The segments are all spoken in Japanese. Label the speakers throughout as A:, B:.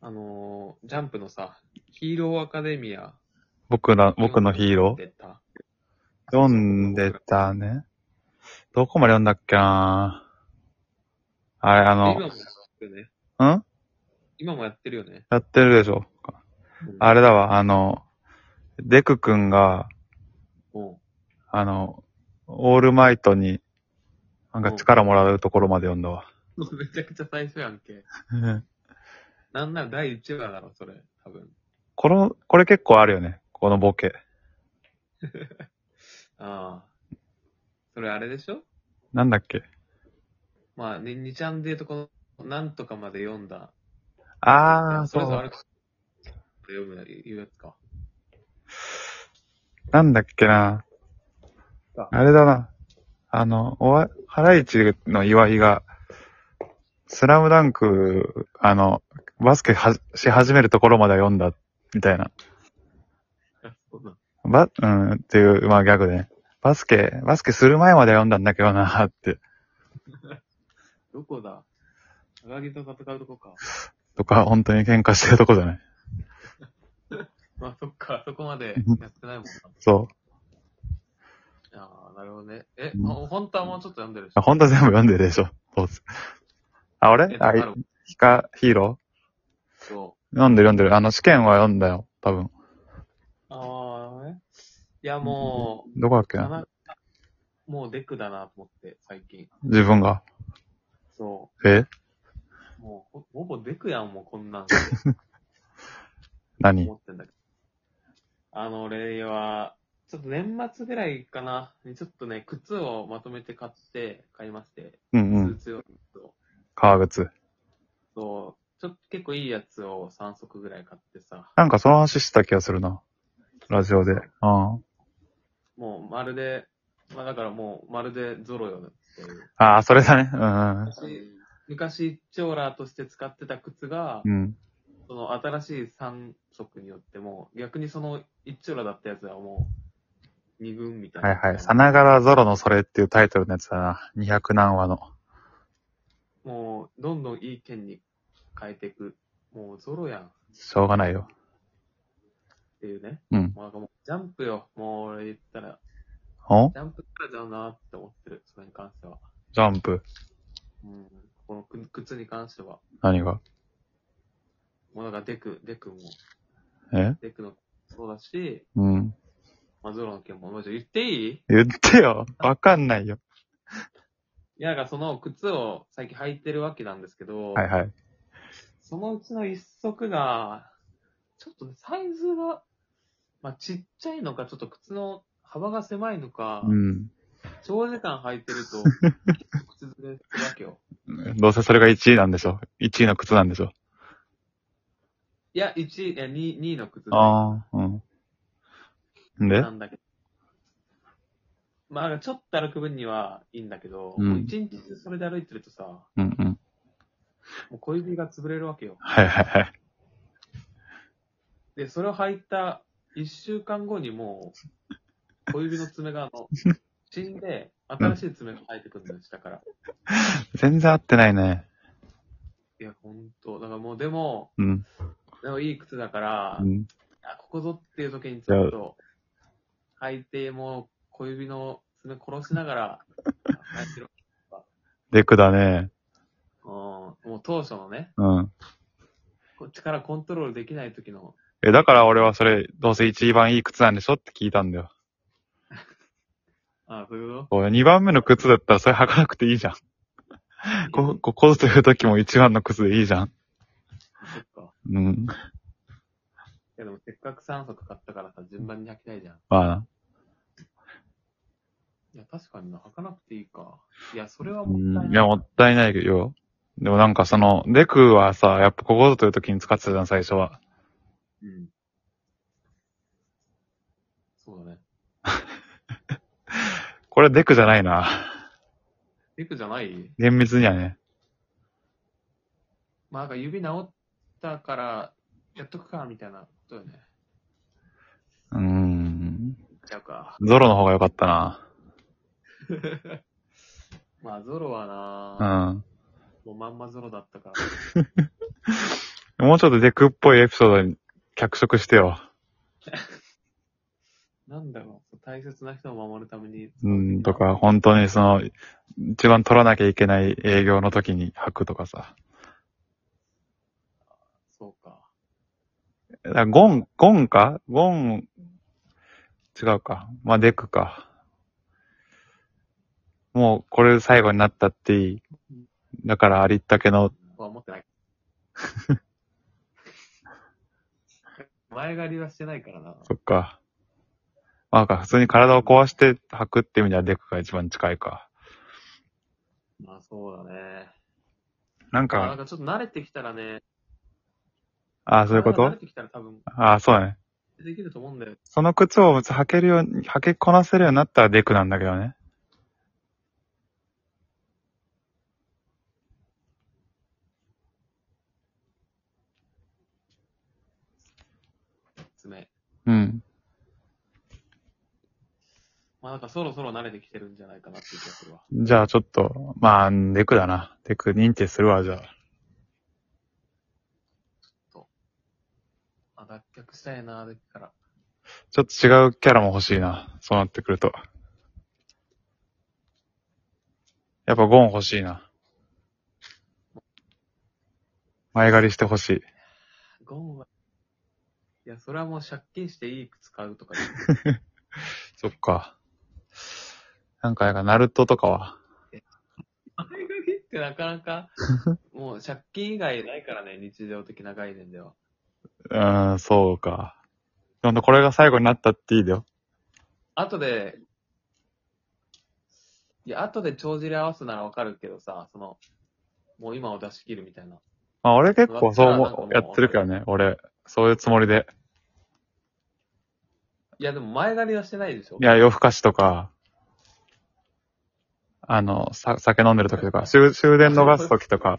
A: あのー、ジャンプのさ、ヒーローアカデミア。
B: 僕ら、僕のヒーロ
A: 読ん
B: ー
A: でた
B: 読んでたね。どこまで読んだっけなあれ、あ
A: 今
B: の
A: もや、ってるよね。
B: ん
A: 今もやってるよね。
B: やってるでしょあれだわ、あの、デク君が、
A: も
B: あの、オールマイトに、なんか力もらうところまで読んだわ。
A: うん。もうめちゃくちゃ最初やんけ。なんなら第1話だろ、それ。多分。
B: この、これ結構あるよね。このボケ。
A: ああ。それあれでしょ
B: なんだっけ
A: まあ、ににちゃんでいうとこの、なんとかまで読んだ。
B: あー、
A: そ
B: そ
A: れぞれあれ
B: う。
A: 読む、言うやつか。
B: なんだっけな
A: あ
B: あれだな。あの、おわ、ハライチの岩井が、スラムダンク、あの、バスケはし始めるところまで読んだ、みたいな。
A: あそうなん
B: ば、うん、っていう、まあギャグで、ね。バスケ、バスケする前まで読んだんだけどな、って、
A: どこだ高木と戦うとこか。
B: とか、本当に喧嘩してるとこじゃない。
A: まあ、そっか、そこまでやってないもんな。
B: そ
A: ああ、なるほどね。え、
B: うん
A: あ本当はもうちょっと読んでるでし
B: う。
A: ょ
B: ほんと全部読んでるでしょ。どうせあ、俺
A: え
B: あ、
A: だから
B: ヒカ、ヒーロ
A: そ
B: ー読んでる読んでる。あの、試験は読んだよ。多分。
A: う。ああ、ね。いや、も
B: どこだっ
A: う、
B: けな
A: なもうデクだなと思って、最近。
B: 自分が。
A: そ
B: え
A: う。もう、ほほぼデクやん、もうこんなん
B: 何
A: 思ってんだけど。 あの、俺は、ちょっと年末ぐらいかな。にちょっとね、靴をまとめて買って、買いまして、
B: う
A: ス
B: んう
A: ー
B: ん。
A: ツ用の靴を。
B: 革靴。
A: そう、ちょっと結構いいやつを3足ぐらい買ってさ、
B: なんかその話してた気がするな。ラジオで。あ
A: もうまるで、まあだからもうまるでゾロよねっていう。
B: あー、それだね。うんうん。
A: 昔、昔、チョーラーとして使ってた靴が、
B: うん。
A: その新しい3足によっても、逆にその1チョーラーだったやつはもう2軍みたいな。
B: はいはい。さながらゾロのそれっていうタイトルのやつだな。200何話の。
A: もう、どんどんいい剣に変えていく。もうゾロやんっ
B: しょうがないよ。
A: ていうね。
B: うん。
A: もうなんかもう、ジャンプよ。もう俺言ったら、
B: お
A: ジャンプからだなって思ってる。それに関しては。
B: ジャンプ。
A: うん。この靴靴に関しては。
B: 何が
A: もうなんかデク、デクも、
B: え
A: デクのそうだし、
B: うん。
A: まあ、ゾロの件も、もうちょ言っていいい
B: 言ってよ。わかんないよ。
A: や、なんかその靴を最近履いてるわけなんですけど、
B: はいはい。
A: そのうちの一足が、ちょっとね、サイズが、まあ、ちっちゃいのか、ちょっと靴の幅が狭いのか、
B: うん。
A: 長時間履いてると、靴ずれするわけ よ。
B: どうせそれが1位なんでしょ。1位の靴なんでしょ。
A: いや、1位、いや、2位、2位の靴
B: ああ、うん。んで
A: なんだけど。まあ、なんかちょっと歩く分にはいいんだけど、
B: うん
A: もう一日中それで歩いてるとさ、
B: うんうん。
A: もう小指が潰れるわけよ。
B: はいはいはい。
A: で、それを履いた一週間後にもう、小指の爪があ の、死んで、新しい爪が生えてくるんだよ、下から。
B: 全然合ってないね。
A: いや、ほんと。だからもう、でも、
B: うん。
A: でもいい靴だから、
B: うん。
A: あ、ここぞっていう時にちょっと、履いて、もう、小指の爪殺しながら、履いてる。
B: デクだね。
A: うん、もう当初のね、
B: うん。
A: こっちからコントロールできない時の、
B: え、だから俺はそれ、どうせ一番いい靴なんでしょって聞いたんだよ。
A: あ、そういうこ
B: 俺、二番目の靴だったらそれ履かなくていいじゃん。こ、ここぞという時も一番の靴でいいじゃん。
A: とそっか。
B: うん。
A: いや、でもせっかく3足買ったからさ、順番に履きたいじゃん。
B: まあな。
A: いや、確かにな、履かなくていいか。いや、それは
B: う
A: もったいない。
B: ん。いや、もったいないよ。でもなんかその、デクはさ、やっぱここぞという時に使ってたじゃん、最初は。
A: うん。そうだね。
B: これデクじゃないな。
A: デクじゃない
B: 厳密にはね。
A: まあ、なんか指治ったから、やっとくか、みたいなことよね。
B: うーん。
A: ちゃうか。
B: ゾロの方が良かったな。
A: まあ、ゾロはな、
B: う
A: も
B: ん。
A: うまんまゾロだったから。
B: もうちょっとデクっぽいエピソードに脚色してよ。
A: なんだろう、大切な人を守るために。
B: うん、とか、本当にその、一番取らなきゃいけない営業の時に履くとかさ。
A: そうか。
B: だからゴン、ゴンかゴン、違うか。まあ、デクか。もう、これ最後になったっていい。だから、ありったけの、
A: 僕は思 ってない。前借りはしてないからな。
B: そっか。まあ、か普通に体を壊して履くって意味ではデクが一番近いか。
A: まあそうだね。
B: なん
A: まあなん
B: か、
A: かちょっと慣れてきたらね。
B: ああ、そういうこ
A: 慣
B: と
A: れてきたら多分
B: ああ、そうだね。
A: できると思うんだよ。
B: その靴を履けるように、履けこなせるようになったらデクなんだけどね。
A: 爪。
B: うん。
A: まあなんかそろそろ慣れてきてるんじゃないかなっていう気がするわ。
B: じゃあちょっと、まあ、デクだな。デク認定するわ、じゃあ。
A: まあ脱却したいな、だから。
B: ちょっと違うキャラも欲しいな。そうなってくると。やっぱゴン欲しいな。前借りして欲しい。
A: ゴンは。いや、それはもう借金していい靴買うと かで。
B: そっか。なんか、なんか、ナルトとかは。
A: 前借りってなかな か、もう借金以外ないからね、日常的な概念では。
B: うーん、そうか。ほんと、これが最後になったっていいだよ。
A: 後で、いや、後で帳尻合わすならわかるけどさ、その、もう今を出し切るみたいな。
B: まあ、俺結構そう
A: だったらなん
B: 思
A: かも
B: う、
A: う
B: やってるけどね。俺、そういうつもりで。
A: いや、でも前借りはしてないでしょ
B: いや、夜更かしとか、あの、さ、酒飲んでる時とか、終終電逃す時とか、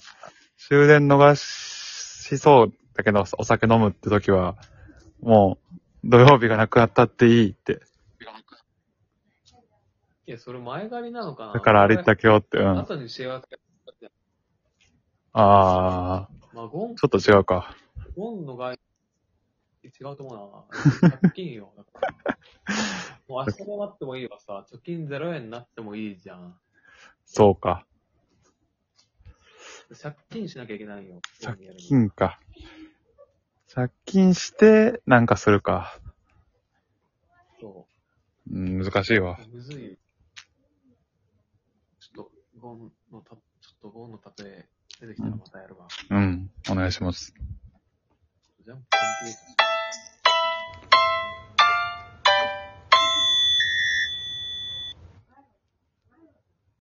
B: 終電逃しそうだけど、お酒飲むって時は、もう、土曜日がなくなったっていいって。
A: いや、それ前借りなのかな
B: だからありったけよって、うん。あ
A: 後に幸せ。
B: あ
A: まあ、ゴン
B: ー、、ちょっと違うか。
A: ゴンの概念、違うと思う な。借金よ。だからもう明日もなってもいいわさ、貯金0円になってもいいじゃん。
B: そうか。
A: 借金しなきゃいけないよ。
B: 借
A: ゴンやるに
B: 金か。借金して、なんかするか。
A: そ
B: うん、難しいわ。
A: う。むずいよ。ちょっと、ゴンのた、ちょっとゴンの例え出てきたらまたやるわ。
B: うん、お願いします。
A: じゃあ、コンピューター